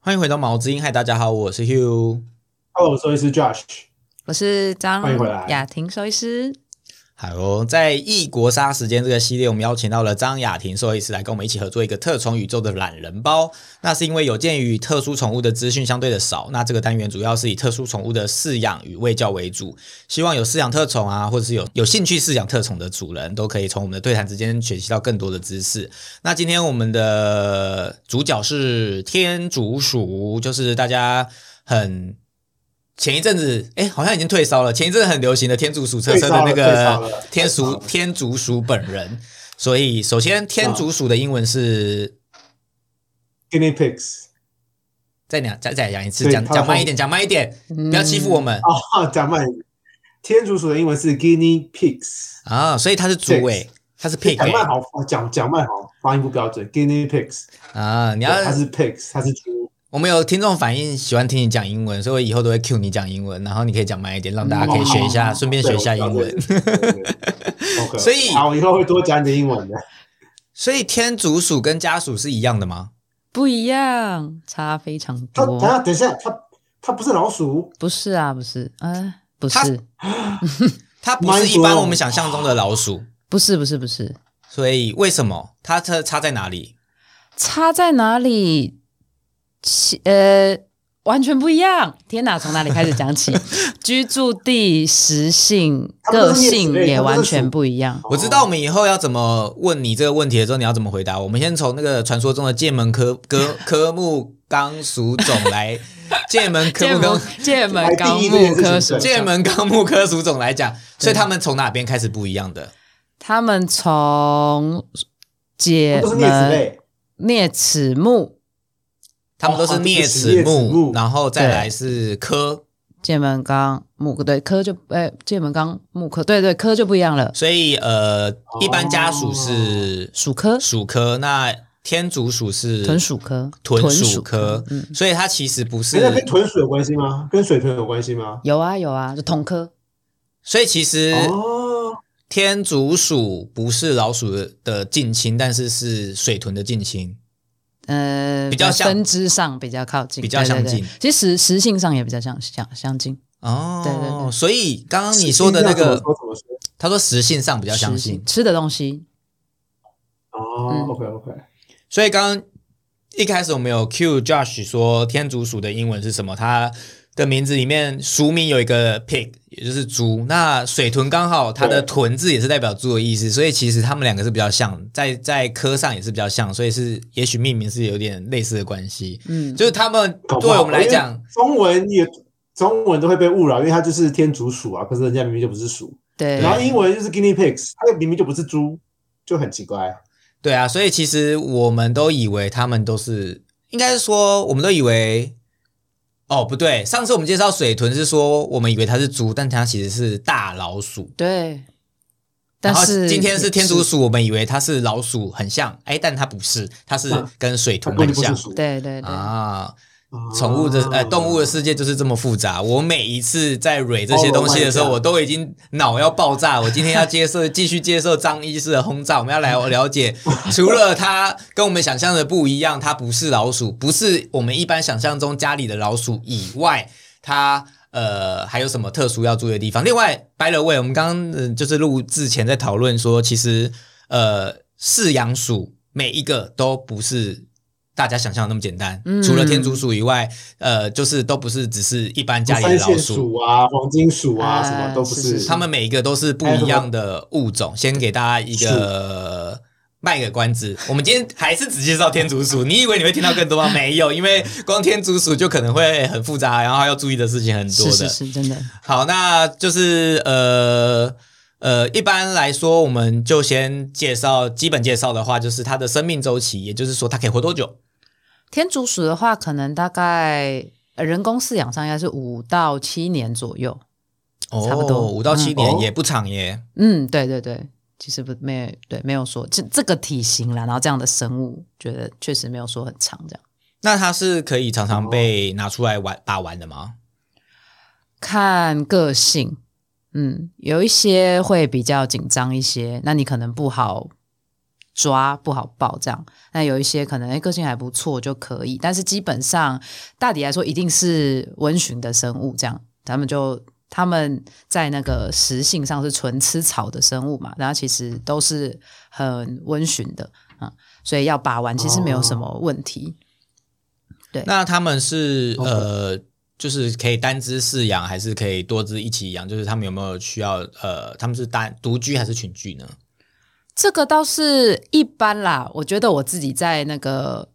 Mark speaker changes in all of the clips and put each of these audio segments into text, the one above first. Speaker 1: 欢迎回到毛之音，嗨，大家好，我是 Hugh。
Speaker 2: Hello，我是兽医师 Josh。
Speaker 3: 我是张
Speaker 2: 欢迎回来
Speaker 3: 雅婷兽医师。
Speaker 1: 好哦，在异国杀时间这个系列，我们邀请到了张雅婷兽医师来跟我们一起合作一个特宠宇宙的懒人包。那是因为有鉴于特殊宠物的资讯相对的少，那这个单元主要是以特殊宠物的饲养与喂教为主。希望有饲养特宠啊，或者是有有兴趣饲养特宠的啊主人，都可以从我们的对谈之间学习到更多的知识。那今天我们的主角是天竺鼠，就是大家很。前一阵子，哎，好像已经退烧了。前一阵子很流行的天竺鼠车车的那
Speaker 2: 退烧
Speaker 1: 个
Speaker 2: 了退烧了
Speaker 1: 天
Speaker 2: 退
Speaker 1: 竺
Speaker 2: 烧了
Speaker 1: 天竺鼠本人，所以首先天竺鼠的英文是
Speaker 2: Guinea pigs。
Speaker 1: 再讲再再讲一次，
Speaker 2: 对
Speaker 1: 讲
Speaker 2: 它
Speaker 1: 讲慢
Speaker 2: 后
Speaker 1: 一点，讲慢一点，
Speaker 3: 不
Speaker 1: 不要欺负
Speaker 3: 嗯
Speaker 1: 我们
Speaker 2: 哦，讲慢一点。天竺鼠的英文是 Guinea pigs。
Speaker 1: 啊！所以它是猪
Speaker 2: 对
Speaker 1: 诶，它是 pig
Speaker 2: 讲慢
Speaker 1: 诶
Speaker 2: 好，讲讲慢好，发音不标准。Guinea pigs，
Speaker 1: 啊！你
Speaker 2: 对
Speaker 1: 要
Speaker 2: 它是 pigs，它是猪。
Speaker 1: 我们有听众反映喜欢听你讲英文，所以我以后都会 cue 你讲英文，然后你可以讲慢一点，让大家可以学一下，
Speaker 2: 哦
Speaker 1: 顺便学一下英文。。
Speaker 2: 对我知道对对对 OK，
Speaker 1: 所以
Speaker 2: 好，我以后会多讲你的英文的。
Speaker 1: 所以天竺鼠跟家鼠是一样的吗？
Speaker 3: 不一样，差非常
Speaker 2: 它哦等
Speaker 3: 多。
Speaker 2: 下等一下，它它不是老鼠，
Speaker 3: 不是啊，不是，啊，不
Speaker 1: 它
Speaker 3: 是，
Speaker 1: 它不是
Speaker 2: Mind
Speaker 1: 一般
Speaker 2: blown
Speaker 1: 我们想象中的老鼠，
Speaker 3: 不是，不是，不是，
Speaker 1: 所以为什么它差差在哪里？
Speaker 3: 差在哪里？其呃，完全不一样。天哪，从哪里开始讲 起？居住地、食性、
Speaker 2: 它不是啮
Speaker 3: 个
Speaker 2: 齿
Speaker 3: 性
Speaker 2: 类
Speaker 3: 也
Speaker 2: 它不是
Speaker 3: 完
Speaker 2: 鼠
Speaker 3: 全不一样。
Speaker 1: 我知道我们以后要怎么问你这个问题的时候，你要怎么回答我。我们先从那个传说中的界门科科科目纲属种来，界门科
Speaker 3: 剑
Speaker 1: 目纲
Speaker 3: 门剑
Speaker 2: 来定
Speaker 3: 门纲
Speaker 2: 义这件
Speaker 3: 目
Speaker 2: 事情
Speaker 3: 科
Speaker 2: 对
Speaker 3: 属，
Speaker 1: 界门纲目科属种来讲，所以他们从哪边开始不一样的？
Speaker 3: 他们从
Speaker 2: 它
Speaker 3: 解
Speaker 2: 都是啮齿
Speaker 3: 门
Speaker 2: 类。
Speaker 3: 啮齿目、
Speaker 1: 他们都是
Speaker 2: 哦
Speaker 1: 啮齿
Speaker 2: 对不起啮齿
Speaker 1: 目，
Speaker 2: 目
Speaker 1: 然后再来是科，
Speaker 3: 剑门纲目对科就呃剑门纲目科对对科就不一样了，
Speaker 1: 所以呃，一般
Speaker 2: 哦
Speaker 1: 家属是
Speaker 3: 鼠科
Speaker 1: 鼠科，那天竺鼠是
Speaker 3: 豚鼠科
Speaker 1: 豚
Speaker 3: 豚
Speaker 1: 鼠
Speaker 3: 鼠
Speaker 1: 科
Speaker 3: 科，嗯
Speaker 1: 所以它其实不是
Speaker 2: 等一下跟豚鼠有关系吗？跟水豚有关系吗？
Speaker 3: 有啊有啊，就同科
Speaker 1: 所以其实
Speaker 2: 哦，
Speaker 1: 天竺鼠不是老鼠的近亲，但是是水豚的近亲。
Speaker 3: 呃
Speaker 1: 比较像
Speaker 3: 分支上比较靠近，
Speaker 1: 比较相近
Speaker 3: 对对对其实食性上也比较相相相近，
Speaker 1: 哦，
Speaker 3: 对对对
Speaker 1: 所以刚刚你说的那
Speaker 2: 要怎么
Speaker 1: 个，
Speaker 2: 说怎么说？
Speaker 1: 他说食性上比
Speaker 3: 比
Speaker 1: 较相信，
Speaker 3: 吃的东西
Speaker 2: 哦
Speaker 3: 嗯
Speaker 2: ，OK OK。
Speaker 1: 所以刚刚一开始我们有 Q Josh 说天竺鼠的英文是什么？它的名字里面俗名有一个 pig，也就是猪。那水豚刚好它的
Speaker 2: 对
Speaker 1: 豚字也是代表猪的意思，所以其实它们两个是比较像，在在科上也是比较像，所以是也许命名是有点类似的关系。
Speaker 3: 嗯
Speaker 1: 就是它们
Speaker 2: 搞不
Speaker 1: 对
Speaker 2: 好
Speaker 1: 我们来讲，，
Speaker 2: 因为中文也中文都会被误扰，因为它就是天竺鼠啊，可是人家明明就不是鼠。
Speaker 3: 对
Speaker 2: 然后英文就是 guinea pigs，它明明就不是猪，就很奇怪。
Speaker 1: 对啊，所以其实我们都以为他们都是，应该是说，我们都以为，哦，不对，上次我们介绍水豚是说，我们以为它是猪，但它其实是大老鼠。
Speaker 3: 对，但
Speaker 1: 然
Speaker 3: 是
Speaker 1: 后今天是天竺，鼠，我们以为它是老鼠，很像，哎，但它不是，它是
Speaker 2: 嗯
Speaker 1: 跟水
Speaker 2: 它
Speaker 1: 豚
Speaker 2: 根
Speaker 1: 很
Speaker 2: 本就不
Speaker 1: 像
Speaker 2: 是鼠。
Speaker 3: 对对对，
Speaker 1: 啊。宠物
Speaker 2: 哦
Speaker 1: 的呃动物的世界就是这么复杂。我每一次在蕊这些东西的时候
Speaker 2: Oh my God
Speaker 1: 我都已经脑要爆炸。我今天要接受继续接受张医师的轰炸，我们要来了解，除了它跟我们想象的不一样，它不是老鼠，不是我们一般想象中家里的老鼠以外，它。呃，还有什么特殊要注意的地方？另外，by the way，我们刚刚、呃就是录之前在讨论说，其实呃，饲养鼠每一个都不是大家想象的那么简单，
Speaker 3: 嗯
Speaker 1: 除了天竺鼠以外，呃，就是都不是只是一般家里的
Speaker 2: 三
Speaker 1: 老
Speaker 2: 线
Speaker 1: 鼠，
Speaker 2: 鼠啊、黄金鼠啊，
Speaker 3: 啊
Speaker 2: 什么都不
Speaker 3: 是是是
Speaker 1: 它们每一个都是不一样的物种。先给大家一个卖个关子，我们今天还是只介绍天竺鼠。你以为你会听到更多吗？没有，因为光天竺鼠就可能会很复杂，然后要注意的事情很多
Speaker 3: 是
Speaker 1: 的。
Speaker 3: 是是真的，
Speaker 1: 好，那就是呃呃，一般来说，我们就先介绍基本介绍的话，就是它的生命周期，也就是说它可以活多久。
Speaker 3: 天竺鼠的话，可能大概呃人工饲养上应该是五到七年左右。
Speaker 1: 哦，
Speaker 3: 差不多
Speaker 1: 五到七年
Speaker 2: 嗯
Speaker 1: 也不长耶。
Speaker 3: 嗯，对对对，其实不没对没有说这这个体型啦，然后这样的生物，觉得确实没有说很长这样。
Speaker 1: 那它是可以常常被拿出来玩把玩的吗？
Speaker 3: 看个性，嗯，有一些会比较紧张一些，那你可能不好抓，不好抱这样。那有一些可能哎个性还不错就可以，但是基本上大抵来说一定是温驯的生物这样，他们就。他们在那个食性上是纯吃草的生物嘛，然后其实都是很温驯的啊、嗯所以要把玩其实没有什么问题。
Speaker 1: 那他们是
Speaker 2: OK
Speaker 1: 呃，就是可以单只饲养，还是可以多只一起养？就是他们有没有需要呃，他们是单独居还是群居呢？
Speaker 3: 这个倒是一般啦，我觉得我自己在那个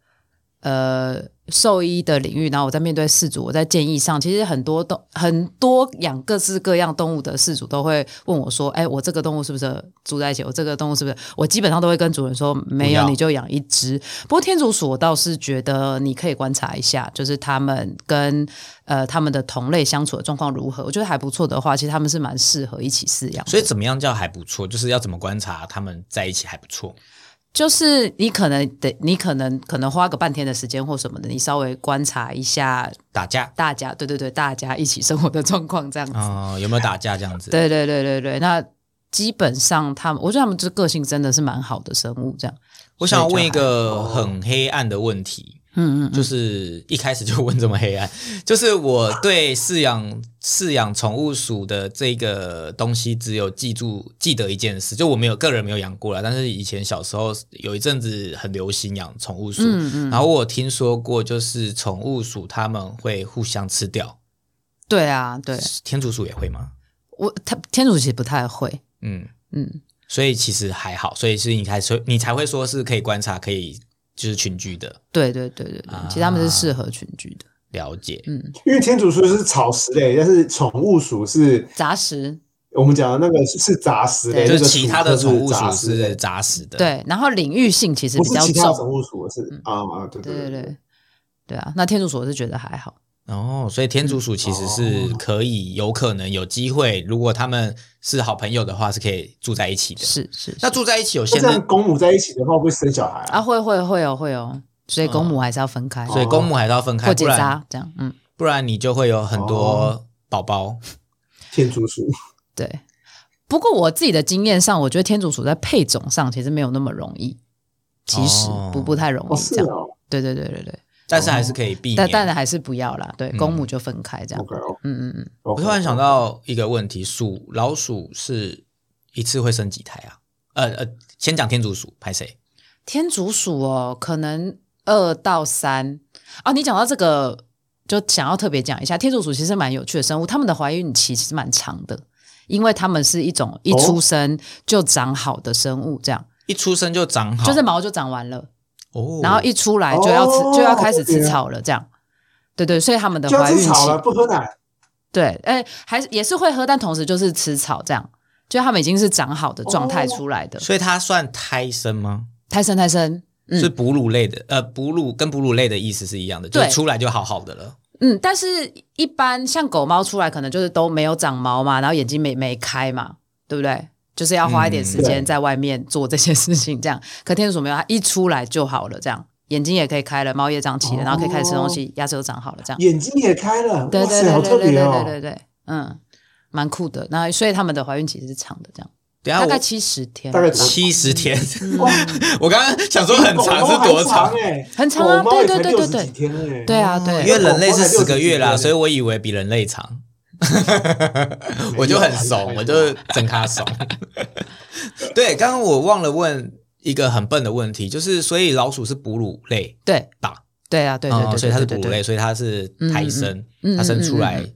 Speaker 3: 呃兽医的领域，然后我在面对饲主，我在建议上，其实很多动很多养各式各样动物的饲主都会问我说：“哎，我这个动物是不是住在一起？我这个动物是不是？”我基本上都会跟主人说：“没有，
Speaker 1: 不要
Speaker 3: 你就养一只。”不过天竺鼠，我倒是觉得你可以观察一下，就是它们跟呃它们的同类相处的状况如何。我觉得还不错的话，其实它们是蛮适合一起饲养的。
Speaker 1: 所以怎么样叫还不错？就是要怎么观察他们在一起还不错？
Speaker 3: 就是你可能得，你可能可能花个半天的时间或什么的，你稍微观察一下
Speaker 1: 打架
Speaker 3: 大家，对对对，大家一起生活的状况这样子。
Speaker 1: 啊、呃有没有打架这样子？
Speaker 3: 对对对对对，那基本上他们，我觉得他们这个性真的是蛮好的生物，这样。
Speaker 1: 我想要
Speaker 3: 所以
Speaker 1: 问一
Speaker 3: 就
Speaker 1: 个很黑暗的问题。
Speaker 3: 嗯嗯嗯，
Speaker 1: 就是一开始就问这么黑暗，就是我对饲养饲养宠物鼠的这个东西，只有记住记得一件事，就我没有个人没有养过啦，但是以前小时候有一阵子很流行养宠物鼠，
Speaker 3: 嗯嗯
Speaker 1: 然后我有听说过，就是宠物鼠它们会互相吃掉，
Speaker 3: 对啊，对
Speaker 1: 天竺鼠也会吗？
Speaker 3: 我他天主其实不太会，
Speaker 1: 嗯，
Speaker 3: 嗯，
Speaker 1: 所以其实还好，所以是你才说你才会说是可以观察，可以就是群居的
Speaker 3: 对对对对对，其实他们是适合群居的，
Speaker 1: 了解，
Speaker 3: 嗯，
Speaker 2: 因为天竺鼠是草食类，但是宠物鼠是
Speaker 3: 杂食。
Speaker 2: 我们讲的那个是是杂食类，
Speaker 1: 就
Speaker 3: 对
Speaker 2: 哎那
Speaker 1: 是
Speaker 2: 个
Speaker 1: 其他的
Speaker 2: 鼠
Speaker 1: 宠物
Speaker 2: 杂
Speaker 1: 鼠
Speaker 2: 食类
Speaker 1: 是杂食的，。
Speaker 3: 对，然后领域性其实
Speaker 2: 不
Speaker 3: 比
Speaker 2: 是
Speaker 3: 较
Speaker 2: 其他的宠
Speaker 3: 重，
Speaker 2: 物鼠是
Speaker 3: 嗯
Speaker 2: 啊啊，对
Speaker 3: 对
Speaker 2: 对
Speaker 3: 对对，对啊，那天主所是觉得还好。
Speaker 1: 哦，所以天竺鼠其实是
Speaker 2: 哦
Speaker 1: 可以，有可能有机会，如果他们是好朋友的话，是可以住在一起的。
Speaker 3: 是是，
Speaker 1: 那住在一起有
Speaker 2: 那
Speaker 1: 限
Speaker 2: 这样
Speaker 1: 制，
Speaker 2: 公母在一起的话，会不会生小孩啊？
Speaker 3: 啊，会会会哦，会哦，所以公母还是要分开，
Speaker 1: 嗯所以公母还是要分开，
Speaker 3: 或
Speaker 1: 不
Speaker 3: 结
Speaker 1: 然
Speaker 3: 扎这样，嗯，
Speaker 1: 不然你就会有很多宝宝。
Speaker 2: 哦天竺鼠
Speaker 3: 对。不过我自己的经验上，我觉得天竺鼠在配种上其实没有那么容易，其实
Speaker 1: 哦
Speaker 3: 不不太容
Speaker 2: 哦
Speaker 3: 易
Speaker 2: 是
Speaker 3: 这样。
Speaker 2: 哦
Speaker 3: 对对对对对，
Speaker 1: 但是还是可以避
Speaker 3: 但但
Speaker 1: 免。
Speaker 3: 还是不要啦，对，
Speaker 1: 嗯
Speaker 3: 公母就分开这样。
Speaker 2: ，OK
Speaker 3: 嗯嗯嗯，
Speaker 2: 我
Speaker 1: 我突然想，到一个问题：鼠老鼠是一次会生几胎啊？呃呃，先讲天竺鼠，拍谁？
Speaker 3: 天竺鼠哦，可能二到三哦。你讲到这个，就想要特别讲一下，天竺鼠其实蛮有趣的生物，它们的怀孕期其实蛮长的，因为它们是一种一
Speaker 2: 哦
Speaker 3: 出生就长好的生物，这样。
Speaker 1: 一出生就长好，
Speaker 3: 就是毛就长完了，
Speaker 1: 哦，
Speaker 3: 然后一出来就要吃，
Speaker 2: 哦
Speaker 3: 就要开始
Speaker 2: 特
Speaker 3: 吃
Speaker 2: 别
Speaker 3: 草了，这样。对对，所以他们的
Speaker 2: 就要
Speaker 3: 怀
Speaker 2: 吃
Speaker 3: 孕期
Speaker 2: 草了，不喝奶，
Speaker 3: 对，哎、还是也是会喝，但同时就是吃草这样，就他们已经是长好的状态
Speaker 2: 哦
Speaker 3: 出来的。
Speaker 1: 所以它算胎生吗？
Speaker 3: 胎生胎生，
Speaker 1: 是
Speaker 3: 嗯
Speaker 1: 哺乳类的，呃，哺乳跟哺乳类的意思是一样的，就是
Speaker 3: 对
Speaker 1: 出来就好好的了。
Speaker 3: 嗯，但是一般像狗猫出来可能就是都没有长毛嘛，然后眼睛没没开嘛，对不对？就是要花一点
Speaker 1: 嗯
Speaker 3: 时间
Speaker 2: 对
Speaker 3: 在外面做这些事情，这样。可天竺鼠没有，它一出来就好了，这样眼睛也可以开了，毛也长齐了，然后可以开始吃东
Speaker 2: 哦
Speaker 3: 西，牙齿都长好了，这样。
Speaker 2: 眼睛也开了，
Speaker 3: 对
Speaker 2: 哇
Speaker 3: 对
Speaker 2: 塞，
Speaker 3: 对
Speaker 2: 好特
Speaker 3: 对对
Speaker 2: 别
Speaker 3: 对
Speaker 2: 哦
Speaker 3: 对。对，嗯，蛮酷的。那所以他们的怀孕期是长的，这样
Speaker 1: 等一下
Speaker 3: 大
Speaker 1: 我
Speaker 3: 概七十天，
Speaker 2: 啊哦大概
Speaker 1: 七十天，
Speaker 2: 哇，
Speaker 1: 我刚刚想说很长是多长
Speaker 2: 狗猫还？哎，
Speaker 3: 很长
Speaker 2: 狗
Speaker 3: 啊，
Speaker 2: 猫
Speaker 3: 对
Speaker 2: 也
Speaker 3: 对
Speaker 2: 才
Speaker 3: 对
Speaker 2: 六
Speaker 3: 对
Speaker 2: 十几
Speaker 3: 对，
Speaker 2: 天哎，
Speaker 3: 对啊对
Speaker 1: 因为人类是
Speaker 2: 狗
Speaker 1: 十
Speaker 2: 狗才
Speaker 1: 个
Speaker 2: 60
Speaker 1: 月啦，
Speaker 2: 天
Speaker 1: 所以我以为比人类长，
Speaker 2: 没有
Speaker 1: 我就很
Speaker 2: 还
Speaker 1: 怂，
Speaker 2: 是
Speaker 1: 我就真他怂。对，刚刚我忘了问一个很笨的问题，就是所以老鼠是哺乳类
Speaker 3: 对
Speaker 1: 吧？
Speaker 3: 对啊，对对
Speaker 1: 嗯
Speaker 3: 对，
Speaker 1: 所以它是哺
Speaker 3: 对
Speaker 1: 乳类，，所以它是胎生
Speaker 3: 嗯嗯嗯，
Speaker 1: 它生出
Speaker 3: 嗯
Speaker 1: 来
Speaker 3: 嗯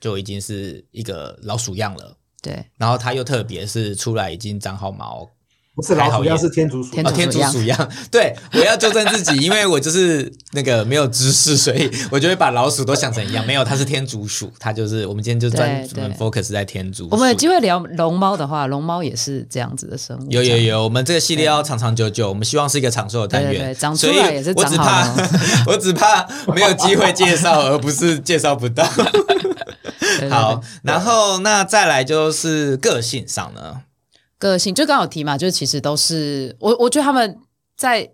Speaker 1: 就已经是一个老鼠样了。
Speaker 3: 对对，
Speaker 1: 然后它又特别是出来已经长好毛，
Speaker 2: 不是老鼠药，是天竺鼠
Speaker 3: 天
Speaker 1: 哦，
Speaker 3: 竺鼠
Speaker 1: 天竺鼠一样。 对，我要纠正自己，因为我就是那个没有知识，所以我就会把老鼠都想成一样。没有，它是天竺鼠，它就是我们今天就专
Speaker 3: 对对
Speaker 1: 门 focus 在天竺鼠。
Speaker 3: 我们有机会聊龙猫的话，龙猫也是这样子的生物，
Speaker 1: 有
Speaker 3: 这
Speaker 1: 有
Speaker 3: 样，
Speaker 1: 有，我们这个系列要长长久久，我们希望是一个长寿的单元。
Speaker 3: 对对对长出
Speaker 1: 所
Speaker 3: 来
Speaker 1: 以
Speaker 3: 也是
Speaker 1: 我
Speaker 3: 长
Speaker 1: 只
Speaker 3: 好
Speaker 1: 怕， 我只怕没有机会介绍，而不是介绍不 到。
Speaker 3: 对对对
Speaker 1: 好，然后那再来就是个性上呢，
Speaker 3: 个性，就刚好提嘛，就是其实都是我，我觉得他们在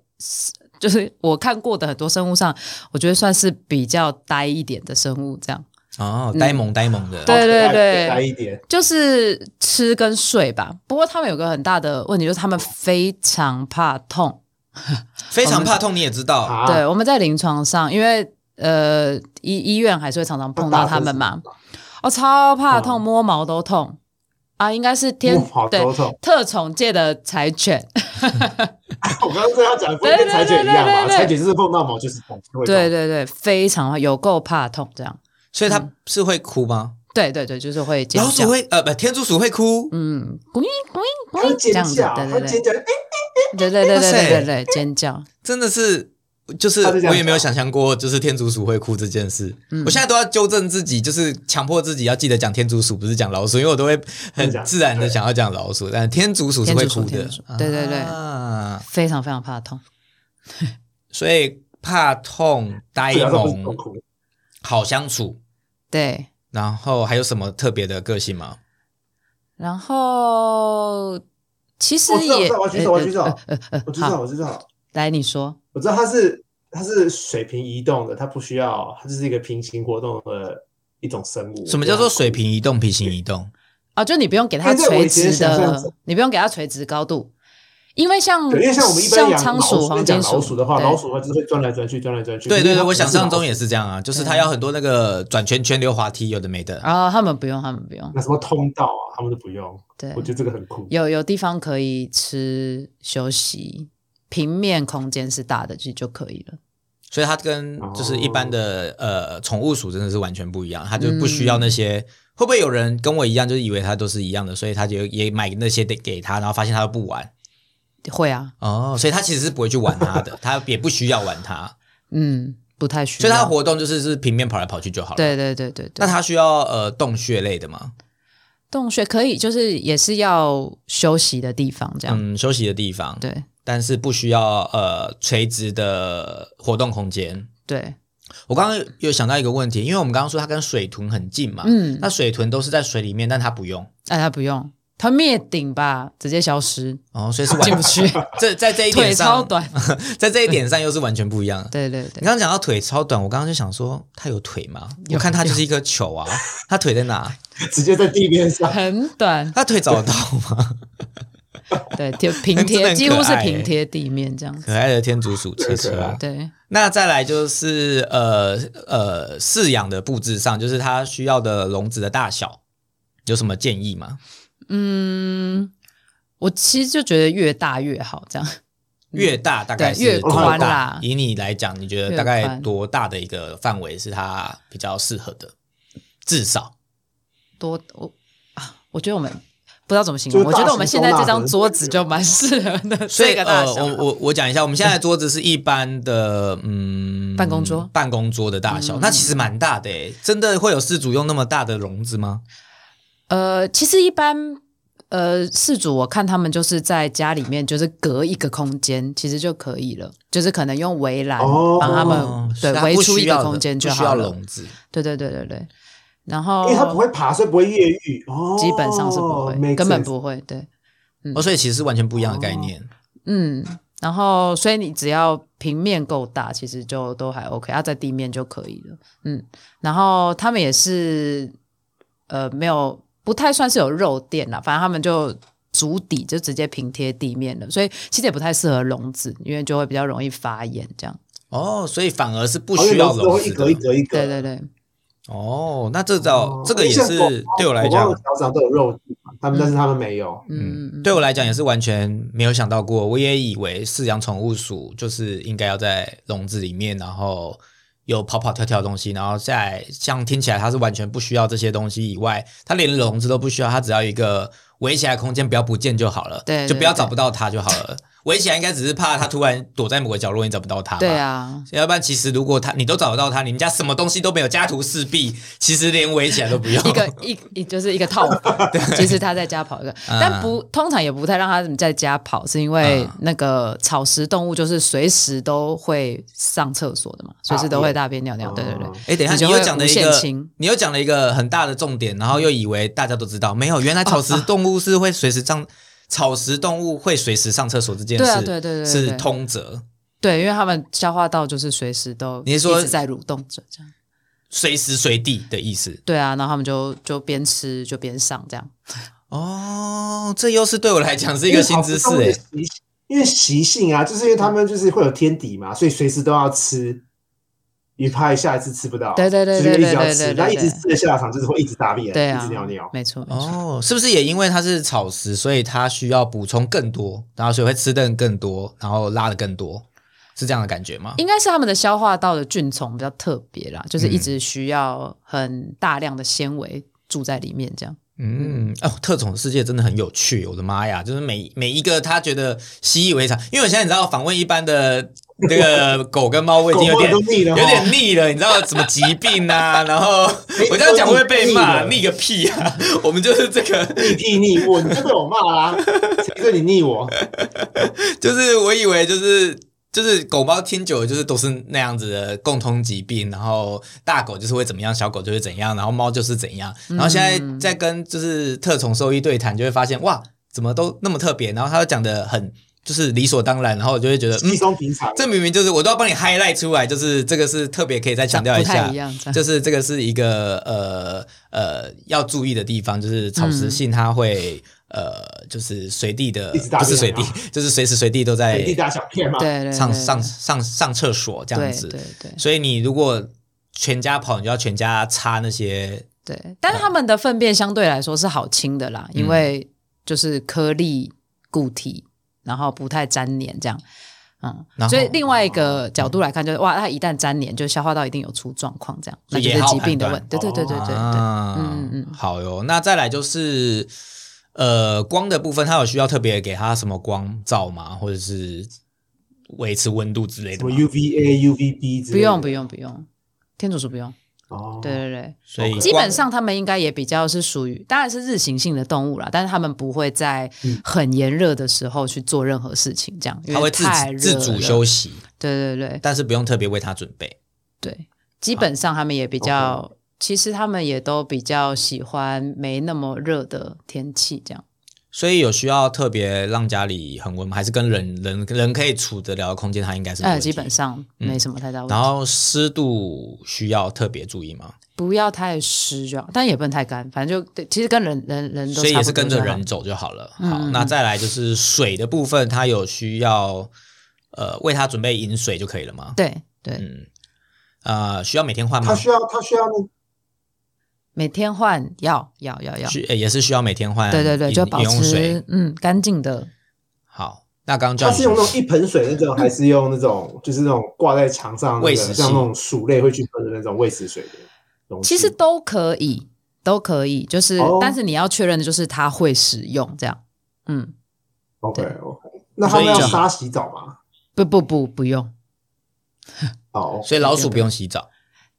Speaker 3: 就是我看过的很多生物上，我觉得算是比较呆一点的生物，这样
Speaker 1: 哦，呆萌呆萌的，
Speaker 3: 对
Speaker 2: 来一点，
Speaker 3: 就是吃跟睡吧。不过他们有个很大的问题，就是他们非常怕痛。
Speaker 1: 非常怕痛，你也知道，
Speaker 2: 啊，
Speaker 3: 对，我们在临床上，因为呃医医院还是会常常碰到他们嘛，哦，超怕痛，
Speaker 2: 嗯
Speaker 3: 摸毛都痛啊，应该是
Speaker 2: 打针是
Speaker 3: 天
Speaker 2: 什么，好
Speaker 3: 对
Speaker 2: 头痛。
Speaker 3: 特种界的柴犬，
Speaker 2: 我刚刚这样讲，不是跟裁剪一样
Speaker 3: 对对对对
Speaker 2: 嘛？
Speaker 3: 对
Speaker 2: 裁剪就是碰到毛就是痛，就会痛
Speaker 3: 对对对，非常有够怕痛这样。
Speaker 1: 所以它
Speaker 3: 嗯
Speaker 1: 是会哭吗？
Speaker 3: 对对对，就是会尖
Speaker 1: 老
Speaker 3: 叫
Speaker 1: 鼠，会呃不，天竺鼠会哭，
Speaker 3: 嗯，咕咪咕咪
Speaker 2: 他
Speaker 3: 咕咪这
Speaker 2: 尖
Speaker 3: 样子
Speaker 2: 叫，，
Speaker 3: 对
Speaker 2: 他
Speaker 3: 对对，
Speaker 2: 尖叫，哎，
Speaker 3: 对对对对
Speaker 1: 哇塞
Speaker 3: 对对对，尖叫，
Speaker 1: 真的是。就是
Speaker 2: 它是这样
Speaker 1: 我也没有想象过，就是天竺鼠会哭这件事。
Speaker 3: 嗯
Speaker 1: 我现在都要纠正自己，就是强迫自己要记得讲天竺鼠，不是讲老鼠，因为我都会很
Speaker 2: 讲
Speaker 1: 自然的想要讲老鼠，但天竺鼠是会哭
Speaker 3: 天
Speaker 1: 的
Speaker 3: 竺鼠天竺鼠。对对对
Speaker 1: 啊
Speaker 3: 非常非常怕痛。
Speaker 1: 所以怕痛、呆
Speaker 2: 对啊，他不是痛
Speaker 1: 萌、
Speaker 2: 苦，
Speaker 1: 好相处，
Speaker 3: 对，
Speaker 1: 然后还有什么特别的个性吗？
Speaker 3: 然后其实
Speaker 2: 我哦知道
Speaker 3: 也，
Speaker 2: 我知道我举手
Speaker 3: 呃呃呃
Speaker 2: 我
Speaker 3: 呃
Speaker 2: 知道，
Speaker 3: 好，
Speaker 2: 我知道，
Speaker 3: 来你说，
Speaker 2: 我知道他是他是水平移动的，他不需要，他就是一个平行活动的一种生物。
Speaker 1: 什么叫做水
Speaker 2: 平？
Speaker 1: 平移动、平行移动？
Speaker 3: 哦，就你不用给它
Speaker 2: 因为哎我
Speaker 3: 垂
Speaker 2: 以前
Speaker 3: 直
Speaker 2: 想象
Speaker 3: 的
Speaker 2: 中，
Speaker 3: 你不用给它垂直高度，因为嗯像
Speaker 2: 对，因为像我们一般养
Speaker 3: 仓
Speaker 2: 老
Speaker 3: 鼠、
Speaker 2: 鼠，
Speaker 3: 黄
Speaker 2: 讲
Speaker 3: 金
Speaker 2: 老鼠的话，
Speaker 3: 对
Speaker 2: 老鼠的话就是会钻来钻去，钻来钻去。
Speaker 1: 对对对，我想
Speaker 2: 想
Speaker 1: 象
Speaker 2: 象
Speaker 1: 中也是这样啊，就是它要很多那个转圈圈、溜滑梯，有的没的。
Speaker 3: 嗯啊，他们不用，他们不用，
Speaker 2: 那什么通道啊，他们都不用。
Speaker 3: 对
Speaker 2: 我，觉得这个很酷。
Speaker 3: 有有地方可以吃休息，平面空间是大的，其实就可以了。
Speaker 1: 所以它跟
Speaker 2: 哦
Speaker 1: 就是一般的呃宠物鼠真的是完全不一样，它就不
Speaker 3: 嗯
Speaker 1: 需要那些。会不会有人跟我一样，就是以为它都是一样的，所以他就也买那些得给它，然后发现它都不玩
Speaker 3: 会啊，
Speaker 1: 哦，所以它其实是不会去玩它 的，它也不需要玩它，
Speaker 3: 嗯，不太需
Speaker 1: 所
Speaker 3: 要。
Speaker 1: 以它的活动就是是平面跑来跑去就好了。，
Speaker 3: 对对对对
Speaker 1: 那，
Speaker 3: 对
Speaker 1: 它需要呃洞穴类的吗？
Speaker 3: 洞穴可以，就是也是要休息的地方，这样、
Speaker 1: 嗯，休息的地方，
Speaker 3: 对
Speaker 1: 但是不需要呃垂直的活动空间。
Speaker 3: 对，
Speaker 1: 我刚刚有想到一个问题，因为我们刚刚说它跟水豚很近嘛，
Speaker 3: 嗯，
Speaker 1: 那水豚都是在水里面，但它不用
Speaker 3: 哎，他不用，他灭顶吧，直接消失，
Speaker 1: 哦，所以 是完
Speaker 3: 进不去，
Speaker 1: 这在这一
Speaker 3: 腿
Speaker 1: 点
Speaker 3: 超
Speaker 1: 上，
Speaker 3: 短，
Speaker 1: 在这一点上又是完全不一样的。
Speaker 3: 对对
Speaker 1: 你
Speaker 3: 对，
Speaker 1: 刚刚讲到腿超短，我刚刚就想说它有腿吗？
Speaker 3: 有
Speaker 1: 我看它就是一颗球啊，它腿在哪？
Speaker 2: 直接在地面上，
Speaker 3: 很短，
Speaker 1: 它腿找得到吗？
Speaker 3: 对，贴平
Speaker 1: 真的
Speaker 3: 贴
Speaker 1: 很
Speaker 3: 几
Speaker 1: 可
Speaker 3: 乎是
Speaker 1: 爱欸
Speaker 3: 平贴地面这样子，
Speaker 1: 可爱的天竺鼠车车
Speaker 2: 对可爱
Speaker 1: 啊！
Speaker 3: 对，
Speaker 1: 那再来就是呃呃饲养的布置上，就是它需要的笼子的大小，有什么建议吗？
Speaker 3: 嗯，我其实就觉得越大越好，这样，
Speaker 1: 越大大概
Speaker 3: 嗯对
Speaker 1: 是
Speaker 3: 越
Speaker 1: 多
Speaker 2: 宽
Speaker 1: 大
Speaker 3: 啦
Speaker 1: 以你来讲，你觉得
Speaker 3: 越
Speaker 1: 大概
Speaker 3: 宽
Speaker 1: 多大的一个范围是它比较适合的？至少
Speaker 3: 多我啊，我觉得我们不知道怎么形容，
Speaker 2: 就
Speaker 3: 我
Speaker 2: 是大
Speaker 3: 觉得我们
Speaker 2: 型
Speaker 3: 现在
Speaker 2: 收纳
Speaker 3: 这张
Speaker 2: 盒
Speaker 3: 桌子就蛮适合的，
Speaker 1: 所以
Speaker 3: 这个大
Speaker 1: 呃，
Speaker 3: 小，
Speaker 1: 我我我讲一下，我们现在的桌子是一般 的，嗯，
Speaker 3: 办公桌嗯
Speaker 1: 办公桌的大小，那其实蛮大的诶，真的会有事主用那么大的笼子吗？
Speaker 3: 呃，其实一般呃，事主我看他们就是在家里面就是隔一个空间，其实就可以了，就是可能用围栏
Speaker 2: 哦
Speaker 3: 帮啊他们、
Speaker 1: 哦
Speaker 3: 对
Speaker 1: 是它
Speaker 3: 围
Speaker 1: 不
Speaker 3: 出一
Speaker 1: 需
Speaker 3: 个
Speaker 1: 要的
Speaker 3: 空间就
Speaker 1: 不需
Speaker 3: 好
Speaker 1: 要
Speaker 3: 了。
Speaker 1: 笼子。
Speaker 3: 对对对对对，然后
Speaker 2: 因为它不会爬，所以不会越狱。哦，
Speaker 3: 哦基本上是不会
Speaker 2: make
Speaker 3: 根本
Speaker 2: sense
Speaker 3: 不会。对，
Speaker 1: 哦，所以其实是完全不一样的概念。
Speaker 3: 嗯，然后所以你只要平面够大，其实就都还 OK，它、在啊地面就可以了。嗯，然后他们也是呃没有不太算是有肉垫啦，反正他们就足底就直接平贴地面了，所以其实也不太适合笼子，因为就会比较容易发炎这样。
Speaker 1: 哦，所以反而是不
Speaker 2: 哦因为
Speaker 1: 需要
Speaker 2: 笼子
Speaker 1: 笼
Speaker 2: 会一
Speaker 1: 子
Speaker 2: 格一
Speaker 1: 的。
Speaker 2: 格一格。
Speaker 3: 对对对，
Speaker 1: 哦，那这招
Speaker 2: 哦
Speaker 1: 这个也
Speaker 2: 像狗
Speaker 1: 是对我来
Speaker 2: 狗
Speaker 1: 讲
Speaker 2: 狗的，脚掌都有肉质嘛，他们但是他们没有。
Speaker 3: 嗯，嗯
Speaker 1: 对我啊来讲也是完全没有想到过，我也以为饲养宠物鼠就是应该要在笼子里面，然后有跑跑跳跳的东西，然后再来像听起来它是完全不需要这些东西以外，它连笼子都不需要，它只要一个围起来的空间，不要不见就好了，
Speaker 3: 对
Speaker 1: 就不要
Speaker 3: 对
Speaker 1: 找不到它就好了。围起来应该只是怕它突然躲在某个角落，你找不到它。
Speaker 3: 对。啊，
Speaker 1: 要不然，其实如果它你都找得到它，你们家什么东西都没有，家徒四壁，其实连围起来都不用。
Speaker 3: 一个一一就是一个套房，其实他在家跑一个，但不通常也不太让他们在家跑，是因为
Speaker 1: 嗯
Speaker 3: 那个草食动物就是随时都会上厕所的嘛，随时都会大便尿尿，对对对
Speaker 2: 哦，
Speaker 1: 哎，等一下，
Speaker 3: 你就
Speaker 1: 你
Speaker 3: 会
Speaker 1: 又讲了一
Speaker 3: 无限
Speaker 1: 个
Speaker 3: 轻，
Speaker 1: 你又讲了一个很大的重点，然后又以为大家都知道，没有，原来
Speaker 3: 哦
Speaker 1: 草食动物是会随时上，草食动物会随时上厕所这件事，
Speaker 3: 对啊对对对对
Speaker 1: 是
Speaker 3: 对
Speaker 1: 通则。
Speaker 3: 对，因为他们消化道就是随时都
Speaker 1: 你是说
Speaker 3: 一直在蠕动着这样，
Speaker 1: 随时随地的意思。
Speaker 3: 对啊，然后他们就就边吃就边上这样。
Speaker 1: 哦，这又是对我来讲是一个新知识哎欸
Speaker 2: 因为
Speaker 1: 诶、
Speaker 2: 好不动的习因为习性啊，就是因为他们就是会有天敌嘛，所以随时都要吃。你怕下一次吃不到，
Speaker 3: 对对对
Speaker 2: 所以就
Speaker 3: 对
Speaker 2: 一直要
Speaker 3: 对对
Speaker 2: 吃，
Speaker 3: 对
Speaker 2: 那一直
Speaker 3: 对
Speaker 2: 吃的下场就是会一直大便，
Speaker 3: 对
Speaker 2: 一
Speaker 3: 啊
Speaker 2: 直尿尿，。
Speaker 3: 没错没错。
Speaker 1: 哦，是不是也因为它是草食，所以它需要补充更多，然后所以会吃的更多，然后拉的更多，是这样的感觉吗？
Speaker 3: 应该是他们的消化道的菌虫比较特别啦，就是一直需要很大量的纤维住在里面，这样。
Speaker 1: 嗯，哦，特种世界真的很有趣，我的妈呀！就是每每一个他觉得习以为常，因为我现在你知道访问一般的那个狗跟猫，我已
Speaker 2: 狗
Speaker 1: 经有
Speaker 2: 狗
Speaker 1: 点
Speaker 2: 都腻了
Speaker 1: 有
Speaker 2: 哦，
Speaker 1: 点腻了，你知道什么疾病啊？然后我这样讲会不会被骂，
Speaker 2: 都
Speaker 1: 腻
Speaker 2: 腻
Speaker 1: 个屁啊！我们就是这个，
Speaker 2: 腻屁腻我，你就被我骂啦、谁对你腻
Speaker 1: 嗯
Speaker 2: 我？
Speaker 1: 就是我以为就是就是狗猫听久了就是都是那样子的共通疾病，然后大狗就是会怎么样，小狗就会怎样，然后猫就是怎样。
Speaker 3: 嗯
Speaker 1: 然后现在在跟就是特宠兽医对谈，就会发现哇，怎么都那么特别，然后他又讲的很就是理所当然，然后我就会觉得
Speaker 2: 稀
Speaker 1: 嗯。
Speaker 2: 松平常，
Speaker 1: 这明明就是我都要帮你 highlight 出来，就是这个是特别可以再强调一
Speaker 3: 不
Speaker 1: 下
Speaker 3: 太一样这，样
Speaker 1: 就是这个是一个呃呃要注意的地方，就是草食性它会、呃就是随地的，
Speaker 2: 一直大
Speaker 1: 不是随
Speaker 2: 便啊
Speaker 1: 地， 就是随时随地都在
Speaker 2: 随地大小便嘛。
Speaker 3: 对对对，
Speaker 1: 啊上上上上厕所这样
Speaker 3: 对
Speaker 1: 子。
Speaker 3: 对对
Speaker 1: 所以你如果全家跑，你就要全家擦那些。
Speaker 3: 对，但是他们的粪便相对来说是好清的啦，
Speaker 1: 嗯
Speaker 3: 因为就是颗粒固体，然后不太粘黏这样。
Speaker 1: 然
Speaker 3: 嗯，
Speaker 1: 后
Speaker 3: 所以另外一个角度来看，就是哇，它一旦粘黏，就消化道一定有出状况，这样
Speaker 1: 所
Speaker 3: 那
Speaker 1: 以
Speaker 3: 就
Speaker 1: 也
Speaker 3: 是
Speaker 1: 好
Speaker 3: 疾病的
Speaker 1: 判
Speaker 3: 问
Speaker 1: 断
Speaker 3: 题。对对对对对对，
Speaker 1: 啊
Speaker 3: 嗯嗯嗯
Speaker 1: 好哟。那再来就是呃光的部分，它有需要特别给它什么光照吗？或者是维持温度之类
Speaker 2: 什
Speaker 1: 的
Speaker 2: 么
Speaker 1: 吗？
Speaker 2: UVA、UVB 之
Speaker 3: 不
Speaker 2: 类的
Speaker 3: 用不用不用，天竺鼠不用。
Speaker 2: 哦，
Speaker 3: 对对对，
Speaker 1: 所以
Speaker 3: 基
Speaker 1: 光
Speaker 3: 本上他们应该也比较是属于，当然是日行性的动物啦，但是他们不会在
Speaker 2: 嗯
Speaker 3: 很炎热的时候去做任何事情，这样因
Speaker 1: 它
Speaker 3: 为
Speaker 1: 会自
Speaker 3: 太热
Speaker 1: 自主休
Speaker 3: 息。
Speaker 1: 息，
Speaker 3: 对对对
Speaker 1: 但是不用特别为它准备。
Speaker 3: 对，基本上他们也比较，其实他们也都比较喜欢没那么热的天气，这样。
Speaker 1: 所以有需要特别让家里恒温吗？还是跟人人人可以处得了的空间，它应该是没
Speaker 3: 呃，
Speaker 1: 问题
Speaker 3: 基本上没什么太大问题，
Speaker 1: 然后湿度需要特别注意吗？
Speaker 3: 不要太湿就好，但也不能太干，反正就对其实跟人人人都
Speaker 1: 所以
Speaker 3: 差
Speaker 1: 也
Speaker 3: 不
Speaker 1: 是跟着
Speaker 3: 多就好
Speaker 1: 人走就好了。
Speaker 3: 嗯
Speaker 1: 好，
Speaker 3: 嗯
Speaker 1: 那
Speaker 3: 嗯
Speaker 1: 再来就是水的部分，它有需要呃为它准备饮水就可以了吗？
Speaker 3: 对对，
Speaker 1: 嗯，呃，需要每天换
Speaker 2: 它
Speaker 1: 吗？
Speaker 2: 需要它需要那
Speaker 3: 每天换要要要要，
Speaker 1: 需呃也是需要每天换饮，
Speaker 3: 对对对，就保
Speaker 1: 饮用水。
Speaker 3: 持嗯干净的
Speaker 1: 好，那刚刚
Speaker 2: 它
Speaker 1: 叫
Speaker 2: 是用那
Speaker 1: 你
Speaker 2: 种一盆水那种，还是用那 种就是那种挂在墙上那
Speaker 1: 喂
Speaker 2: 个
Speaker 1: 食器
Speaker 2: 像那种鼠类会去喝的那种喂食水的东西？
Speaker 3: 其实都可以，都可以，就是、
Speaker 2: 哦
Speaker 3: 但是你要确认的就是他会使用这样。嗯，
Speaker 2: OK OK，那他们要
Speaker 1: 所以
Speaker 2: 杀洗澡吗？
Speaker 3: 不不不，不用
Speaker 2: 好，
Speaker 1: 所以老鼠不用洗澡。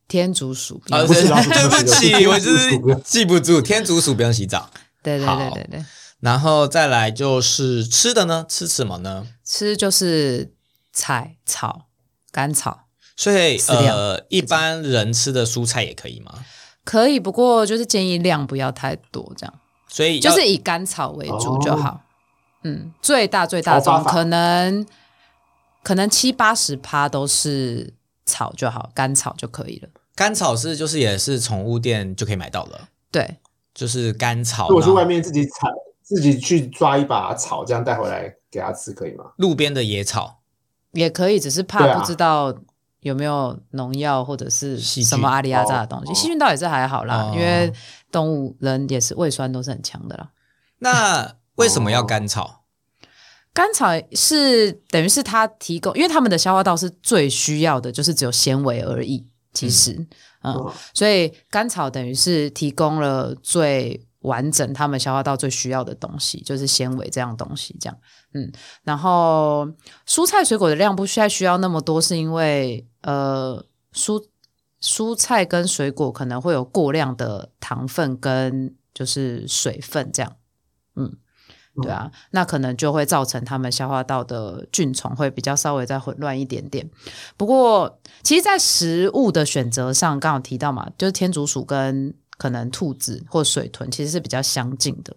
Speaker 3: 天竺鼠不
Speaker 1: 啊，
Speaker 3: 用
Speaker 2: 不是
Speaker 1: 对
Speaker 2: 老鼠
Speaker 1: 对不起，我就是
Speaker 2: 天竺鼠
Speaker 1: 记不住，天竺鼠不用洗澡。
Speaker 3: 对对
Speaker 1: 好
Speaker 3: 对对对，
Speaker 1: 然后再来就是吃的呢，吃什么呢？
Speaker 3: 吃就是菜草甘草
Speaker 1: 所以
Speaker 3: 饲料
Speaker 1: 呃，一般人吃的蔬菜也可以吗？
Speaker 3: 可以，不过就是建议量不要太多，这样
Speaker 1: 所以
Speaker 3: 就
Speaker 1: 要
Speaker 3: 是以甘草为主就好。嗯，最大最大
Speaker 2: 好方
Speaker 3: 宗
Speaker 2: 哦法
Speaker 3: 可能可能七八十趴都是草就好，甘草就可以了。
Speaker 1: 甘草是就是也是宠物店就可以买到的，
Speaker 3: 对，
Speaker 1: 就是甘草。
Speaker 2: 如果去
Speaker 1: 然后
Speaker 2: 外面自己采，自己去抓一把草，这样带回来给它吃可以吗？
Speaker 1: 路边的野草，
Speaker 3: 也可以，只是
Speaker 2: 对
Speaker 3: 怕
Speaker 2: 啊
Speaker 3: 不知道有没有农药或者是
Speaker 1: 细
Speaker 3: 什么
Speaker 1: 菌
Speaker 3: 阿里亚扎的东西。
Speaker 2: 哦
Speaker 3: 细菌倒也是还好
Speaker 1: 哦，
Speaker 3: 啦因为动物人也是胃酸都是很强的啦。
Speaker 1: 那为什么
Speaker 2: 哦
Speaker 1: 要甘草？
Speaker 3: 甘草是等于是它提供，因为它们的消化道是最需要的，就是只有纤维而已。其实，嗯，
Speaker 2: 哦
Speaker 3: 所以甘草等于是提供了最完整他们消化道最需要的东西，就是纤维这样东西，这样，嗯，然后蔬菜水果的量不需要需要那么多，是因为呃蔬蔬菜跟水果可能会有过量的糖分跟就是水分这样，嗯。对啊，那可能就会造成他们消化道的菌虫会比较稍微再混乱一点点。不过，其实，在食物的选择上，刚好提到嘛，就是天竺鼠跟可能兔子或水豚其实是比较相近的。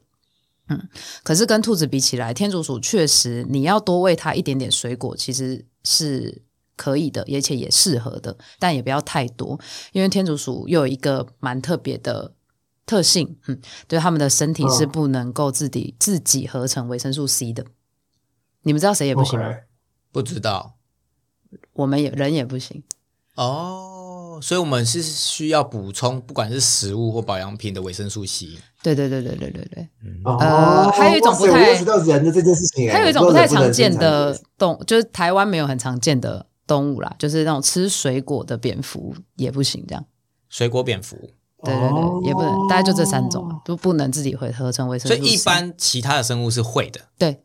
Speaker 3: 嗯，可是跟兔子比起来，天竺鼠确实你要多喂它一点点水果，其实是可以的，而且也适合的，但也不要太多，因为天竺鼠又有一个蛮特别的特性，嗯，就是它们的身体是
Speaker 2: 嗯
Speaker 3: 不能够自己、自己合成维生素 C 的。你们知道谁也不行
Speaker 2: OK，
Speaker 3: 吗
Speaker 1: 不知道
Speaker 3: 我们也人也不行。
Speaker 1: 哦，所以我们是需要补充，不管是食物或保养品的维生素 C。
Speaker 3: 对对对对对对对。
Speaker 1: 嗯，
Speaker 3: 呃
Speaker 2: 哦
Speaker 3: 还有一种
Speaker 2: 哇
Speaker 3: 不
Speaker 2: 塞
Speaker 3: 太
Speaker 2: 我认识到人的这件事
Speaker 1: 啊
Speaker 2: 情欸，
Speaker 3: 还有一种
Speaker 2: 我
Speaker 3: 不
Speaker 2: 知道
Speaker 3: 太
Speaker 2: 人能
Speaker 3: 常见
Speaker 2: 生产
Speaker 3: 的动，就是台湾没有很常见的动物啦，就是那种吃水果的蝙蝠也不行，这样。
Speaker 1: 水果蝙蝠，
Speaker 3: 对对对，也不能，
Speaker 2: 哦
Speaker 3: 大概就这三种啊，都不能自己会合成维生
Speaker 1: 所
Speaker 3: 素。
Speaker 1: 以一，般其他的生物是会的。
Speaker 3: 对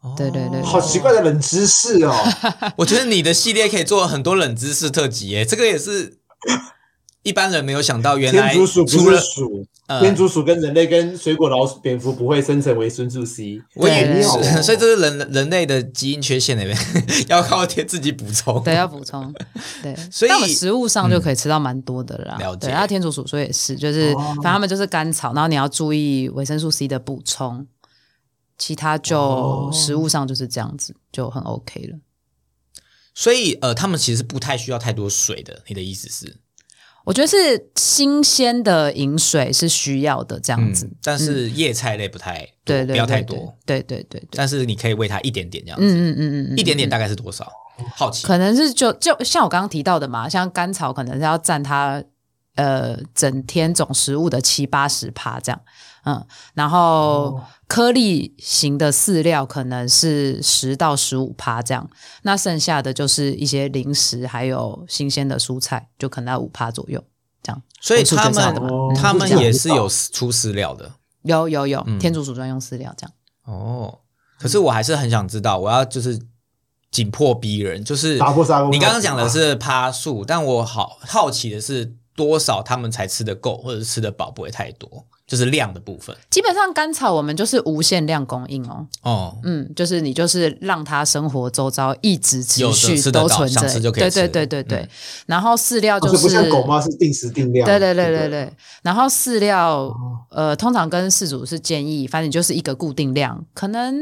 Speaker 1: 哦
Speaker 3: 对对对对
Speaker 2: 好奇怪的冷知识 哦。
Speaker 1: 我觉得你的系列可以做很多冷知识特辑 耶，这个也是一般人没有想到，原
Speaker 2: 天
Speaker 1: 来
Speaker 2: 竺鼠
Speaker 1: 除
Speaker 2: 不是
Speaker 1: 了
Speaker 2: 鼠，
Speaker 1: 呃
Speaker 2: 天竺鼠跟人类跟水果老鼠、蝙蝠不会生成维生素 C。哦
Speaker 1: 我以为
Speaker 2: 对
Speaker 3: 对
Speaker 1: 是，
Speaker 2: 对
Speaker 1: 所以这是人人类的基因缺陷那边， 要靠天自己补充。
Speaker 3: 对，要补充。对，
Speaker 1: 所以
Speaker 3: 但我们食物上就可以吃到蛮多的
Speaker 1: 嗯
Speaker 3: 啦。
Speaker 1: 了解
Speaker 3: 对，然后天竺鼠说也是，就是、
Speaker 2: 哦
Speaker 3: 反正他们就是甘草，然后你要注意维生素 C 的补充，其他就、
Speaker 2: 哦
Speaker 3: 食物上就是这样子，就很 OK 了。
Speaker 1: 所以呃，他们其实不太需要太多水的。你的意思是？
Speaker 3: 我觉得是新鲜的饮水是需要的，这样子。
Speaker 1: 嗯，但是叶菜类不太多，
Speaker 3: 对对对
Speaker 1: 不要太多，，
Speaker 3: 对对对对，
Speaker 1: 但是你可以喂它一点点这样
Speaker 3: 嗯
Speaker 1: 子，
Speaker 3: 嗯嗯嗯嗯，
Speaker 1: 一点
Speaker 3: 嗯
Speaker 1: 点大概是多少？好奇
Speaker 3: 可能是就就像我刚刚提到的嘛，像甘草可能是要占它呃整天总食物的七八十趴这样，嗯，然后
Speaker 2: 哦
Speaker 3: 颗粒型的饲料可能是十到十五趴这样，那剩下的就是一些零食还有新鲜的蔬菜，就可能在五趴左右这样。
Speaker 1: 所以
Speaker 3: 我是
Speaker 1: 他
Speaker 3: 觉得这
Speaker 1: 们
Speaker 3: 样
Speaker 2: 哦
Speaker 1: 他们
Speaker 2: 这样
Speaker 1: 也是有出饲料的
Speaker 3: 有有有
Speaker 1: 嗯，
Speaker 3: 天竺鼠专用饲料这样。
Speaker 1: 哦。可
Speaker 2: 嗯
Speaker 1: 是我还是很想知道，我要就是紧迫逼人，就是
Speaker 2: 打破砂锅问
Speaker 1: 你
Speaker 2: 到底
Speaker 1: 刚刚讲的是趴数，但我好好奇的是多少他们才吃得够，或者是吃得饱，不会太多，就是量的部分
Speaker 3: 基本上甘草我们就是无限量供应哦，
Speaker 1: 哦。
Speaker 3: 嗯，就是你就是让它生活周遭一直持
Speaker 1: 有的
Speaker 3: 续
Speaker 1: 吃得
Speaker 3: 都
Speaker 1: 到
Speaker 3: 存
Speaker 1: 想
Speaker 3: 着，
Speaker 1: 吃就可以
Speaker 3: 对
Speaker 1: 吃
Speaker 3: 对对对对。
Speaker 1: 嗯
Speaker 3: 然后饲料
Speaker 2: 哦
Speaker 3: 就
Speaker 2: 所以
Speaker 3: 是
Speaker 2: 不像狗猫是定时定量。
Speaker 3: 对对对
Speaker 2: 不
Speaker 3: 对对。然后饲料
Speaker 2: 哦
Speaker 3: 呃，通常跟饲主是建议，反正就是一个固定量，可能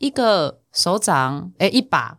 Speaker 3: 一个手掌哎一把，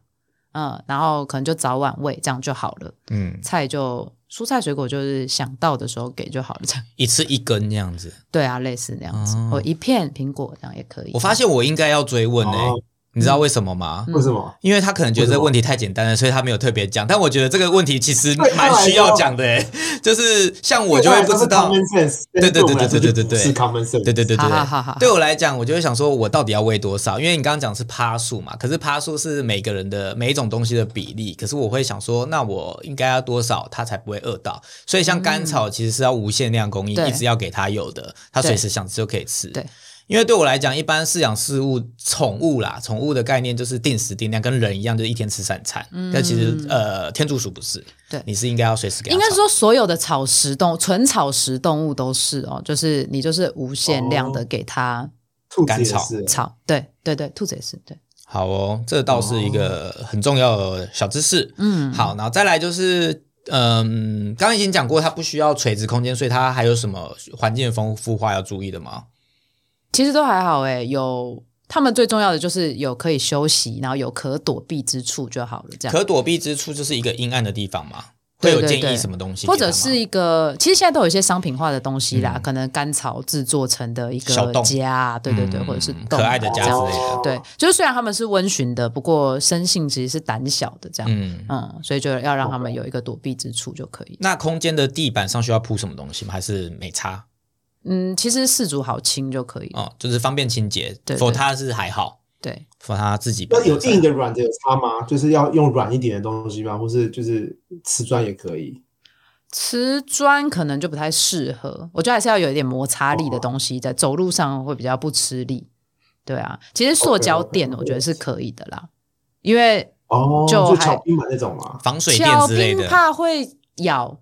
Speaker 3: 嗯，然后可能就早晚喂这样就好了。
Speaker 1: 嗯，
Speaker 3: 菜就蔬菜水果就是想到的时候给就好了，这样。
Speaker 1: 一次一根那样子。
Speaker 3: 对啊，类似那样子，
Speaker 1: 哦
Speaker 3: 或一片苹果这样也可以。
Speaker 1: 我发现我应该要追问哎、
Speaker 2: 哦嗯
Speaker 1: 你知道为什么吗？
Speaker 2: 为什么？
Speaker 1: 因为他可能觉得这个问题太简单了，所以他没有特别讲。但我觉得这个问题其实
Speaker 2: 对他来
Speaker 1: 蛮
Speaker 2: 说
Speaker 1: 需要讲的、欸，就是像我就会不知道。
Speaker 2: 对他来说是 common sense，
Speaker 1: 对对对对对对对
Speaker 2: 但
Speaker 1: 对，
Speaker 2: 是对我们来说就不是 common sense。
Speaker 1: 对对对对，
Speaker 3: 好好好好好
Speaker 1: 对我来讲，我就会想说，我到底要喂多少？因为你刚刚讲是趴数嘛，可是趴数是每个人的每一种东西的比例，可是我会想说，那我应该要多少，它才不会饿到？所以像甘草其实是要无限量供应，
Speaker 3: 嗯对
Speaker 1: 一直要给它有的，它随时想吃就可以吃。
Speaker 3: 对。
Speaker 1: 因为对我来讲，一般饲养事物、宠物啦，宠物的概念就是定时定量，跟人一样，就是一天吃三餐。但其实呃，天竺鼠不是，
Speaker 3: 嗯对
Speaker 1: 你是应该要随时给它
Speaker 3: 应该
Speaker 1: 草
Speaker 3: 说所有的草食动纯草食动物都是哦，就是你就是无限量的
Speaker 2: 哦
Speaker 3: 给它
Speaker 2: 兔子
Speaker 1: 甘
Speaker 2: 也
Speaker 1: 草
Speaker 2: 是。
Speaker 3: 草，对对对，兔子也是对，
Speaker 1: 好哦，这倒是一
Speaker 3: 哦
Speaker 1: 个很重要的小知识。
Speaker 3: 嗯，
Speaker 1: 好，然后再来就是，嗯，刚刚已经讲过，它不需要垂直空间，所以它还有什么环境的丰富化要注意的吗？
Speaker 3: 其实都还好诶，有他们最重要的就是有可以休息，然后有可躲避之处就好了，这样。
Speaker 1: 可躲避之处就是一个阴暗的地方嘛，会
Speaker 3: 对
Speaker 1: 有
Speaker 3: 对
Speaker 1: 建
Speaker 3: 对
Speaker 1: 议什么东西给它
Speaker 3: 或
Speaker 1: 吗，
Speaker 3: 者是一个，其实现在都有一些商品化的东西啦，
Speaker 1: 嗯
Speaker 3: 可能甘草制作成的一
Speaker 1: 小
Speaker 3: 个
Speaker 1: 洞
Speaker 3: 家啊，对对对，
Speaker 1: 嗯
Speaker 3: 或者是洞
Speaker 1: 可爱的
Speaker 3: 啊
Speaker 1: 家之
Speaker 3: 这样
Speaker 1: 类的，
Speaker 2: 哦
Speaker 3: 对，就是虽然他们是温驯的，不过生性其实是胆小的，这样，
Speaker 1: 嗯。
Speaker 3: 嗯，所以就要让他们有一个躲避之处就可以。
Speaker 1: 那空间的地板上需要铺什么东西吗？还是没差？
Speaker 3: 嗯，其实四足好清就可以。
Speaker 1: 哦，就是方便清洁。
Speaker 3: 对
Speaker 1: 否
Speaker 3: 对
Speaker 1: 它是还好，
Speaker 3: 对，
Speaker 1: 否它自己
Speaker 2: 那有
Speaker 1: 本身
Speaker 2: 硬的、软的有差吗？就是要用软一点的东西吗？或是就是瓷砖也可以？
Speaker 3: 瓷砖可能就不太适合，我觉得还是要有一点摩擦力的东西在，走路上会比较不吃力。对啊，其实塑胶垫
Speaker 2: OK，OK，
Speaker 3: 我觉得是可以的啦，因为
Speaker 2: 哦，
Speaker 3: 就
Speaker 2: 就
Speaker 3: 还
Speaker 2: 巧冰板那种嘛。
Speaker 1: 防水垫
Speaker 3: 小
Speaker 1: 之类
Speaker 3: 冰
Speaker 1: 的。
Speaker 3: 怕会咬。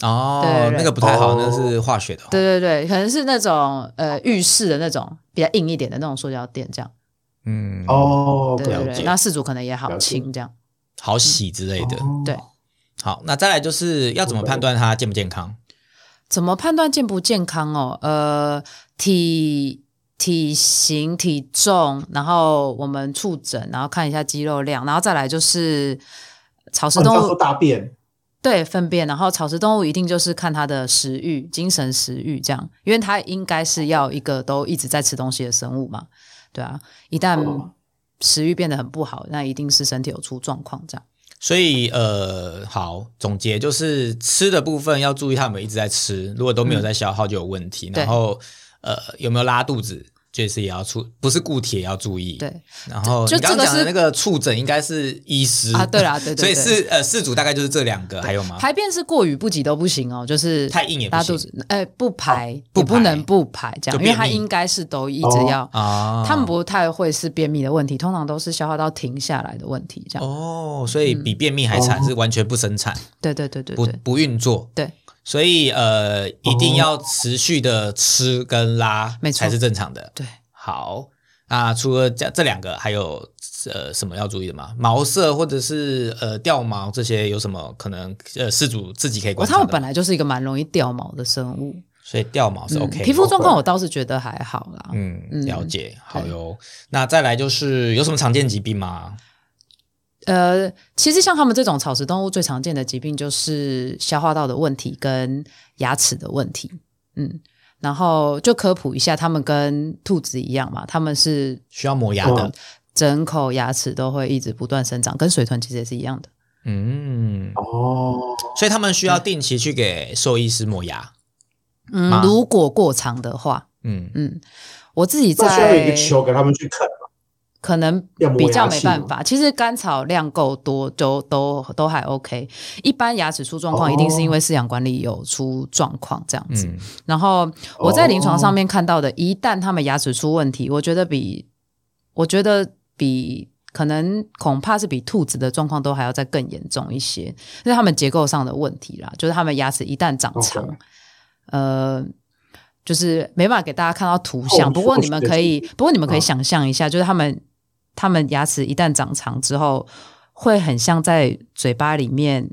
Speaker 3: 对
Speaker 1: 哦，
Speaker 3: 对
Speaker 1: 那个不太好，
Speaker 2: 哦
Speaker 1: 那是化学的。
Speaker 3: 对对对，可能是那种呃浴室的那种比较硬一点的那种塑胶垫这样。
Speaker 1: 嗯，
Speaker 2: 哦，
Speaker 3: 对
Speaker 2: 了
Speaker 3: 对
Speaker 2: 解
Speaker 3: 对，那四组可能也好
Speaker 2: 了解
Speaker 3: 清这样。
Speaker 1: 好洗之类的。
Speaker 2: 哦
Speaker 3: 对
Speaker 1: 好，那再来就是要怎么判断它健不健康？
Speaker 3: 怎么判断健不健康哦？呃，体体型、体重，然后我们触诊，然后看一下肌肉量，然后再来就是草
Speaker 2: 哦
Speaker 3: 食
Speaker 2: 你
Speaker 3: 动
Speaker 2: 刚
Speaker 3: 物
Speaker 2: 说大便，
Speaker 3: 对粪便，然后草食动物一定就是看它的食欲、精神食欲这样，因为它应该是要一个都一直在吃东西的生物嘛，对啊，一旦
Speaker 2: 哦
Speaker 3: 食欲变得很不好，那一定是身体有出状况这样。
Speaker 1: 所以呃，好，总结就是吃的部分要注意，他们一直在吃，如果都没有在消耗就有问题。
Speaker 3: 对
Speaker 1: 然后呃，有没有拉肚子，就是也要注，不是固体也要注意。。
Speaker 3: 对
Speaker 1: 然后
Speaker 3: 就
Speaker 1: 你刚
Speaker 3: 这个
Speaker 1: 刚讲的那
Speaker 3: 是
Speaker 1: 个触诊应该是医师
Speaker 3: 啊，对啦，对对对，
Speaker 1: 所以是呃四组大概就是这两个，还有吗？
Speaker 3: 排便是过于不及都不行哦，就是
Speaker 1: 太硬也不
Speaker 3: 拉
Speaker 1: 行哦
Speaker 3: 肚子，哎、不排，
Speaker 1: 不
Speaker 3: 也不
Speaker 1: 排
Speaker 3: 能不排这样，
Speaker 1: 就
Speaker 3: 因
Speaker 1: 便
Speaker 3: 为它
Speaker 1: 秘
Speaker 3: 应该是都一直要。
Speaker 1: 啊，
Speaker 3: 他们不太会是便秘的问题，通常都是消化道停下来的问题，这样。
Speaker 1: 哦，所以比便秘还惨，
Speaker 2: 哦
Speaker 1: 是完全不生产，
Speaker 3: 对对嗯对对
Speaker 1: 不
Speaker 3: 对
Speaker 1: 不运作。
Speaker 3: 对，
Speaker 1: 所以呃，一定要持续的吃跟拉，
Speaker 3: 没错
Speaker 1: 才是正常的。
Speaker 3: 对，
Speaker 1: 好，那除了这这两个，还有呃什么要注意的吗？毛色或者是呃掉毛这些有什么可能？呃，事主自己可以
Speaker 3: 我
Speaker 1: 观
Speaker 3: 哦他
Speaker 1: 察
Speaker 3: 们本
Speaker 1: 的。
Speaker 3: 来就是一个蛮容易掉毛的生物，
Speaker 1: 所以掉毛是
Speaker 3: 嗯
Speaker 1: OK，
Speaker 3: 皮肤
Speaker 1: 的哦
Speaker 3: 状况我倒是觉得还好啦。
Speaker 1: 嗯，
Speaker 3: 嗯
Speaker 1: 了解，好哟。那再来就是有什么常见疾病吗？
Speaker 3: 呃，其实像他们这种草食动物，最常见的疾病就是消化道的问题跟牙齿的问题。嗯，然后就科普一下，他们跟兔子一样嘛，他们是
Speaker 1: 需要磨牙的
Speaker 2: 嗯，
Speaker 3: 整口牙齿都会一直不断生长，跟水豚其实也是一样的。
Speaker 1: 嗯，
Speaker 2: 哦，
Speaker 1: 所以他们需要定期去给兽医师磨牙。吗
Speaker 3: 嗯，如果过长的话，
Speaker 1: 嗯，
Speaker 3: 嗯，我自己
Speaker 2: 那需要有一
Speaker 3: 在
Speaker 2: 个球给他们去啃嘛，
Speaker 3: 可能
Speaker 2: 要磨
Speaker 3: 比
Speaker 2: 牙
Speaker 3: 较没
Speaker 2: 器
Speaker 3: 办
Speaker 2: 吗
Speaker 3: 法。其实甘草量够多，都都都还 OK。一般牙齿出状况，一定是因为饲养管理有出状况这样子。
Speaker 1: 嗯，
Speaker 3: 然后我在临床上
Speaker 2: 哦
Speaker 3: 面看到的，一旦他们牙齿出问题，我觉得比我觉得比可能恐怕是比兔子的状况都还要再更严重一些，因为他们结构上的问题啦，就是他们牙齿一旦长长
Speaker 2: OK
Speaker 3: 呃。就是没办法给大家看到图
Speaker 2: 后
Speaker 3: 像，
Speaker 2: 续
Speaker 3: 不过你们可以，不过你们可以
Speaker 2: 嗯
Speaker 3: 想象一下，就是他们他们牙齿一旦长长之后，会很像在嘴巴里面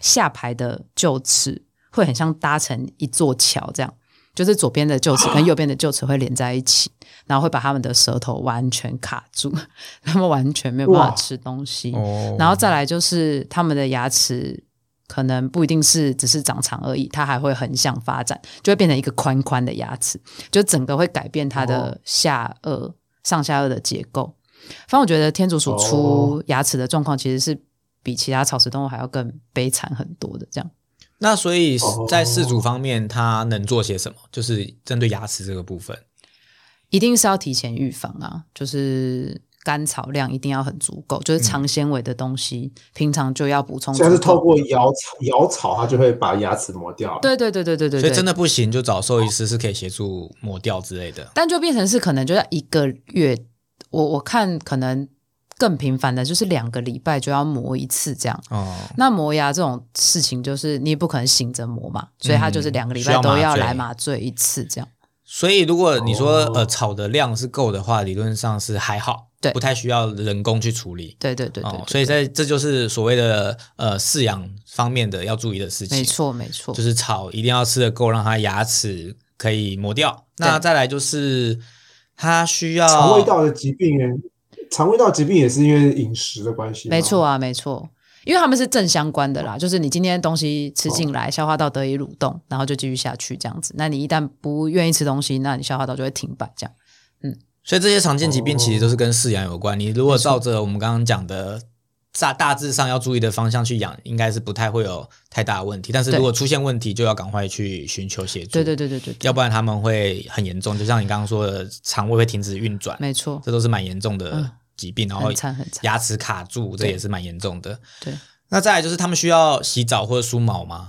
Speaker 3: 下排的臼齿，会很像搭成一座桥这样，就是左边的臼齿跟右边的臼齿会连在一起，然后会把他们的舌头完全卡住， 他们完全没有办法
Speaker 2: 哇
Speaker 3: 吃东西。
Speaker 1: 哦
Speaker 3: 嗯然后再来就是他们的牙齿可能不一定是只是长长而已，它还会横向发展，就会变成一个宽宽的牙齿，就整个会改变它
Speaker 2: 哦
Speaker 3: 的下颚、上下颚的结构。反正我觉得天竺鼠
Speaker 2: 哦
Speaker 3: 出牙齿的状况其实是比其他草食动物还要更悲惨很多的，这样。
Speaker 1: 那所以
Speaker 2: 哦
Speaker 1: 在饲主方面，他能做些什么？就是针对牙齿这个部分。
Speaker 3: 一定是要提前预防啊，就是甘草量一定要很足够，就是长纤维的东西，平常就要补充足
Speaker 2: 嗯所以
Speaker 3: 够。
Speaker 2: 它是透过咬草咬草，它就会把牙齿磨掉。，
Speaker 3: 对对对对对对，
Speaker 1: 所以
Speaker 3: 对哦
Speaker 1: 真的不行，就找兽医师是可以协助磨掉之类的。
Speaker 3: 但就变成是可能就要一个月，我我看可能更频繁的就是两个礼拜就要磨一次这样。
Speaker 1: 哦，
Speaker 3: 那磨牙这种事情，就是你也不可能醒着磨嘛，所以它就是两个礼
Speaker 1: 需
Speaker 3: 拜
Speaker 1: 要麻
Speaker 3: 都要
Speaker 1: 醉
Speaker 3: 来麻醉一次
Speaker 1: 嗯
Speaker 3: 这样。
Speaker 1: 所以如果你说
Speaker 2: 哦
Speaker 1: 呃草的量是够的话，理论上是还好，
Speaker 3: 对
Speaker 1: 不太需要人工去处理。
Speaker 3: 对对对对
Speaker 1: 哦
Speaker 3: 对，
Speaker 1: 所以在这就是所谓的呃饲养方面的要注意的事情。
Speaker 3: 没错没错
Speaker 1: 就，是草一定要吃的够，让它牙齿可以磨掉。
Speaker 3: 对
Speaker 1: 那再来就是它需要
Speaker 3: 哦
Speaker 2: 肠胃道的疾病耶，肠胃道疾病也是因为饮食的关系。
Speaker 3: 没错，啊没错，因为他们是正相关的啦，
Speaker 1: 哦
Speaker 3: 就是你今天东西吃进来，消化道得以蠕动，然后就继续下去这样子。那你一旦不愿意吃东西，那你消化道就会停摆这样。
Speaker 1: 所以这些常见疾病
Speaker 2: 哦
Speaker 1: 其实都是跟饲养有关。你如果照着我们刚刚讲的大大致上要注意的方向去养，应该是不太会有太大的问题。但是
Speaker 3: 对
Speaker 1: 如果出现问题，就要赶快去寻求协助。
Speaker 3: 对对对对对对，
Speaker 1: 要不然他们会很严重，就像你刚刚说的，肠胃会停止运转，
Speaker 3: 没错，
Speaker 1: 这都是蛮严重
Speaker 3: 嗯
Speaker 1: 的疾病。然后
Speaker 3: 很惨很惨。
Speaker 1: 牙齿卡住，这
Speaker 3: 对
Speaker 1: 也是蛮严重的。
Speaker 3: 对。
Speaker 1: 那再来就是他们需要洗澡或者梳毛吗？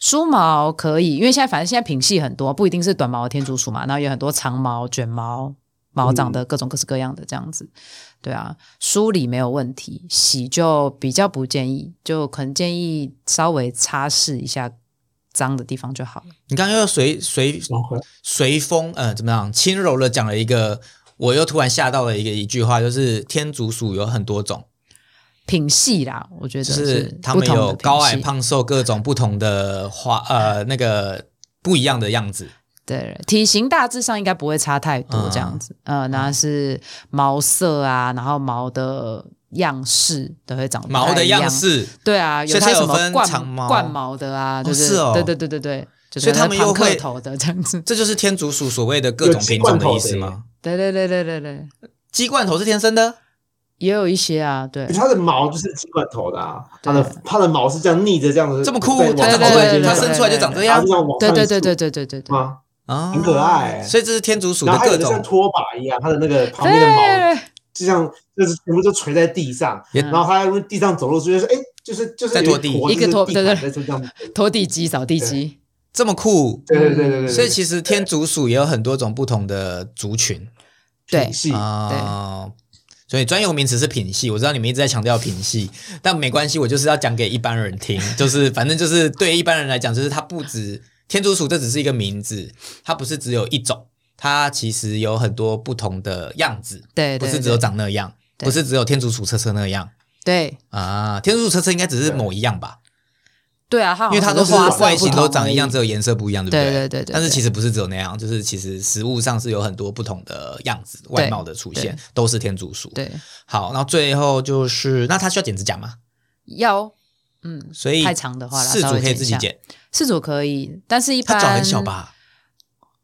Speaker 3: 梳毛可以，因为现在反正现在品系很多，不一定是短毛的天竺鼠嘛，然后有很多长毛、卷毛、毛长的各种各式各样的这样子。
Speaker 1: 嗯
Speaker 3: 对啊，梳理没有问题，洗就比较不建议，就可能建议稍微擦拭一下脏的地方就好了。
Speaker 1: 你刚刚又随随
Speaker 2: 然后
Speaker 1: 随风，呃，怎么样，轻柔的讲了一个，我又突然吓到了一个一句话，就是天竺鼠有很多种，
Speaker 3: 品系啦，我觉得
Speaker 1: 就是是它
Speaker 3: 不
Speaker 1: 们
Speaker 3: 同的
Speaker 1: 有高矮
Speaker 3: 品系，
Speaker 1: 胖瘦各种不同的花，呃，那个不一样的样子。
Speaker 3: 对体型大致上应该
Speaker 1: 嗯
Speaker 3: 不会差太多这样子。呃，那是毛色啊，然后毛的样式都会长得不
Speaker 1: 毛
Speaker 3: 太
Speaker 1: 的
Speaker 3: 一样
Speaker 1: 样，式，
Speaker 3: 对啊，
Speaker 1: 所以它
Speaker 3: 些
Speaker 1: 有
Speaker 3: 什么
Speaker 1: 分长
Speaker 3: 冠
Speaker 1: 毛
Speaker 3: 冠毛的啊，就是
Speaker 1: 哦
Speaker 3: 对对对对对，就是
Speaker 1: 所以他们又
Speaker 3: 朋克
Speaker 1: 会
Speaker 3: 头的这样子，
Speaker 1: 这就是天竺鼠所谓的各种品种的意思吗？
Speaker 3: 对对对对对对，
Speaker 1: 鸡冠头是天生的，
Speaker 3: 也有一些啊，对
Speaker 2: 而且，它的毛就是鸡冠头的、啊，它的
Speaker 3: 对
Speaker 2: 它的毛是这样逆着这样子，
Speaker 1: 这么酷，
Speaker 2: 对
Speaker 1: 它
Speaker 2: 往
Speaker 1: 长
Speaker 2: 上
Speaker 3: 对
Speaker 1: 出
Speaker 3: 对对
Speaker 1: 它
Speaker 3: 对
Speaker 1: 生出来就长这样
Speaker 2: 然后就这样往
Speaker 3: 对
Speaker 2: 上
Speaker 3: 对
Speaker 2: 一
Speaker 3: 对
Speaker 2: 竖
Speaker 3: 对对对对对，
Speaker 2: 吗？
Speaker 1: 啊，
Speaker 2: 很可爱
Speaker 1: 所以这是天竺鼠
Speaker 2: 然
Speaker 1: 的
Speaker 2: 后还有
Speaker 1: 各
Speaker 2: 的像
Speaker 1: 种，
Speaker 2: 拖把一样，它的那个旁边的毛
Speaker 3: 对，嗯
Speaker 2: 就像就是全部都垂在地上，
Speaker 1: 也
Speaker 2: 然后它在地上走路，就是哎，就是就是
Speaker 1: 在
Speaker 2: 有
Speaker 1: 拖地
Speaker 2: 坨
Speaker 3: 一个
Speaker 2: 就是
Speaker 3: 拖
Speaker 2: 地
Speaker 3: 对
Speaker 2: 毯
Speaker 3: 对
Speaker 2: 在这样子，
Speaker 3: 拖地机、扫地机，
Speaker 1: 这么酷。
Speaker 2: 对对对
Speaker 3: 嗯
Speaker 2: 对对对，
Speaker 1: 所以其实天竺鼠也有很多种不同的族群
Speaker 3: 对呃
Speaker 2: 体，系
Speaker 1: 啊。所以专有名词是品系，我知道你们一直在强调品系， 但没关系，我就是要讲给一般人听，就是反正就是对一般人来讲，就是它不止天竺鼠，这只是一个名字，它不是只有一种，它其实有很多不同的样子，
Speaker 3: 对对，
Speaker 1: 不
Speaker 3: 对
Speaker 1: 是只有长那样，
Speaker 3: 对
Speaker 1: 不是只有天竺鼠车车那样
Speaker 3: 对
Speaker 1: 啊。天竺鼠车车应该只是某一样吧，
Speaker 3: 对啊，它
Speaker 1: 因为它
Speaker 3: 好像
Speaker 1: 都
Speaker 3: 只
Speaker 1: 是
Speaker 3: 是花色
Speaker 1: 外形
Speaker 3: 不
Speaker 1: 都
Speaker 3: 同
Speaker 1: 长
Speaker 3: 而
Speaker 1: 一
Speaker 3: 已
Speaker 1: 样，只有颜色不一样，对不
Speaker 3: 对
Speaker 1: 对
Speaker 3: 对对对
Speaker 1: 但是其实不是只有那样，就是其实食物上是有很多不同的样子、外貌的出现
Speaker 3: 对，
Speaker 1: 都是天竺鼠。
Speaker 3: 对，
Speaker 1: 好，然后最后就是，那它需要剪指甲吗？
Speaker 3: 要嗯，
Speaker 1: 所以
Speaker 3: 太长的话啦
Speaker 1: 饲
Speaker 3: 稍
Speaker 1: 主
Speaker 3: 微
Speaker 1: 可以
Speaker 3: 剪
Speaker 1: 自
Speaker 3: 一
Speaker 1: 己
Speaker 3: 下
Speaker 1: 剪，
Speaker 3: 四组可以，但是一
Speaker 1: 它
Speaker 3: 般
Speaker 1: 脚很小？吧？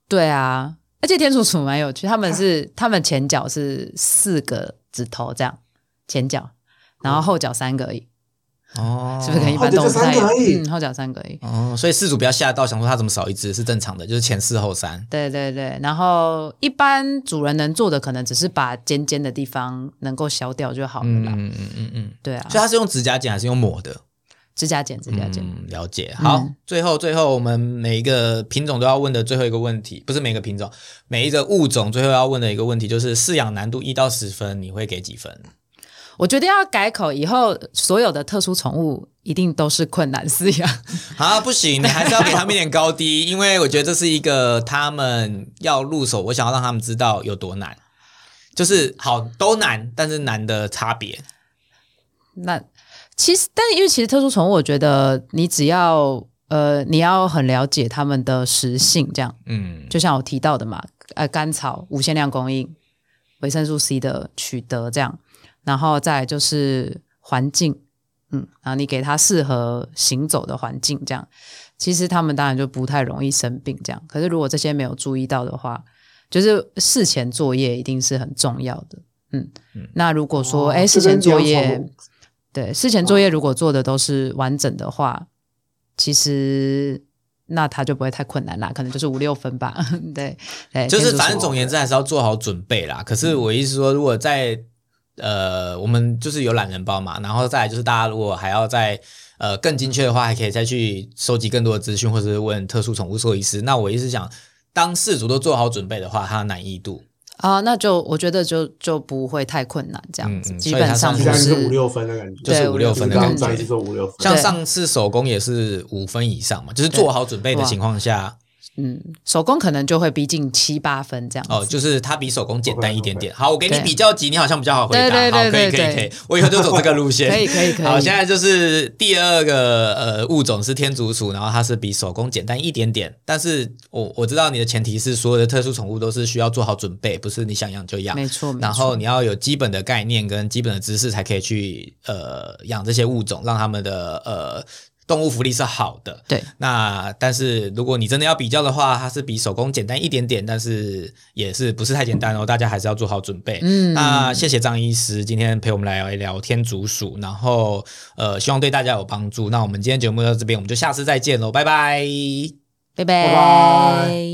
Speaker 3: 对啊，而且天竺鼠蛮有趣，他们 是他们前脚是四个指头这样，前脚，然后后脚三个而已，
Speaker 1: 哦，
Speaker 3: 是不是跟一
Speaker 2: 后
Speaker 3: 般
Speaker 2: 脚
Speaker 3: 动物
Speaker 2: 就
Speaker 3: 不太
Speaker 2: 三
Speaker 3: 一样
Speaker 2: 个而已？
Speaker 3: 嗯，后脚三个而已。
Speaker 1: 哦，所以饲主不要吓到，想说它怎么少一只是正常的，就是前四后三。
Speaker 3: 对对对，然后一般主人能做的可能只是把尖尖的地方能够削掉就好了
Speaker 1: 嗯
Speaker 3: 啦。
Speaker 1: 嗯嗯嗯嗯，
Speaker 3: 对啊
Speaker 1: 所以，它是用指甲剪还是用抹的？
Speaker 3: 指甲剪，指甲剪，
Speaker 1: 嗯，了解。好，
Speaker 3: 嗯
Speaker 1: 最后最后我们每一个品种都要问的最后一个问题，不是每个品种，每一个物种最后要问的一个问题就是饲养难度一到十分，你会给几分？
Speaker 3: 我决定要改口，以后所有的特殊宠物一定都是困难饲养。
Speaker 1: 啊，不行，你还是要给他们一点高低，因为我觉得这是一个他们要入手，我想要让他们知道有多难。就是好都难，但是难的差别。
Speaker 3: 那其实，但因为其实特殊宠物，我觉得你只要呃，你要很了解它们的食性，这样
Speaker 1: 嗯，
Speaker 3: 就像我提到的嘛，呃，甘草无限量供应，维生素 C 的取得这样，然后再来就是环境，嗯，然后你给它适合行走的环境，这样，其实它们当然就不太容易生病这样。可是如果这些没有注意到的话，就是事前作业一定是很重要的。嗯，那如果说
Speaker 2: 哦
Speaker 3: 哎、事
Speaker 2: 这跟
Speaker 3: 前作
Speaker 2: 养
Speaker 3: 业
Speaker 2: 宠物，
Speaker 3: 对，事前
Speaker 1: 哦
Speaker 3: 作业如果做的都是完整的话，其实那它就不会太困难啦，可能就是五六分吧。 对，对，
Speaker 1: 就是
Speaker 3: 天竺
Speaker 1: 反
Speaker 3: 鼠
Speaker 1: 正总言之还是要做好准备啦。可是我意思说，如果在呃，我们就是有懒人包嘛，然后再来就是大家如果还要再呃更精确的话，还可以再去收集更多的资讯，或者是问特殊宠物兽医师。那我意思想，当事主都做好准备的话，它的难易度
Speaker 3: 啊、那就我觉得就就不会太困难，这样子，
Speaker 1: 嗯嗯
Speaker 3: 基
Speaker 1: 所以它
Speaker 3: 本
Speaker 1: 算
Speaker 3: 上不
Speaker 2: 就
Speaker 1: 不
Speaker 2: 像
Speaker 1: 是
Speaker 2: 是五六分的感觉，
Speaker 1: 就是
Speaker 3: 对
Speaker 1: 五六分的
Speaker 2: 刚
Speaker 1: 感
Speaker 2: 刚
Speaker 3: 就是
Speaker 2: 专辑
Speaker 1: 觉。
Speaker 2: 说五六分，
Speaker 1: 像
Speaker 3: 对
Speaker 1: 上次手工也是五分以上嘛，就是做好准备的
Speaker 3: 哇
Speaker 1: 情况下，
Speaker 3: 嗯，手工可能就会逼近七八分这样子。
Speaker 1: 哦，就是它比手工简单一点点。好，我给你比较级，你好像比较好回答。
Speaker 3: 对对
Speaker 1: 好，
Speaker 3: 对
Speaker 1: 可以
Speaker 3: 对
Speaker 1: 可以
Speaker 3: 对
Speaker 1: 可以，我以后就走这个路线。
Speaker 3: 可以可以可以
Speaker 1: 好，现在就是第二个呃物种是天竺鼠，然后它是比手工简单一点点，但是我我知道你的前提是所有的特殊宠物都是需要做好准备，不是你想养就养。
Speaker 3: 没错，没错
Speaker 1: 然后你要有基本的概念跟基本的知识，才可以去呃养这些物种，让他们的呃动物福利是好的。
Speaker 3: 对
Speaker 1: 那但是如果你真的要比较的话，它是比手工简单一点点，但是也是不是太简单哦，大家还是要做好准备。
Speaker 3: 嗯
Speaker 1: 那谢谢张医师今天陪我们来聊一聊天竺鼠，然后呃希望对大家有帮助。那我们今天节目到这边，我们就下次再见喽，拜拜。
Speaker 3: 拜拜
Speaker 2: 拜拜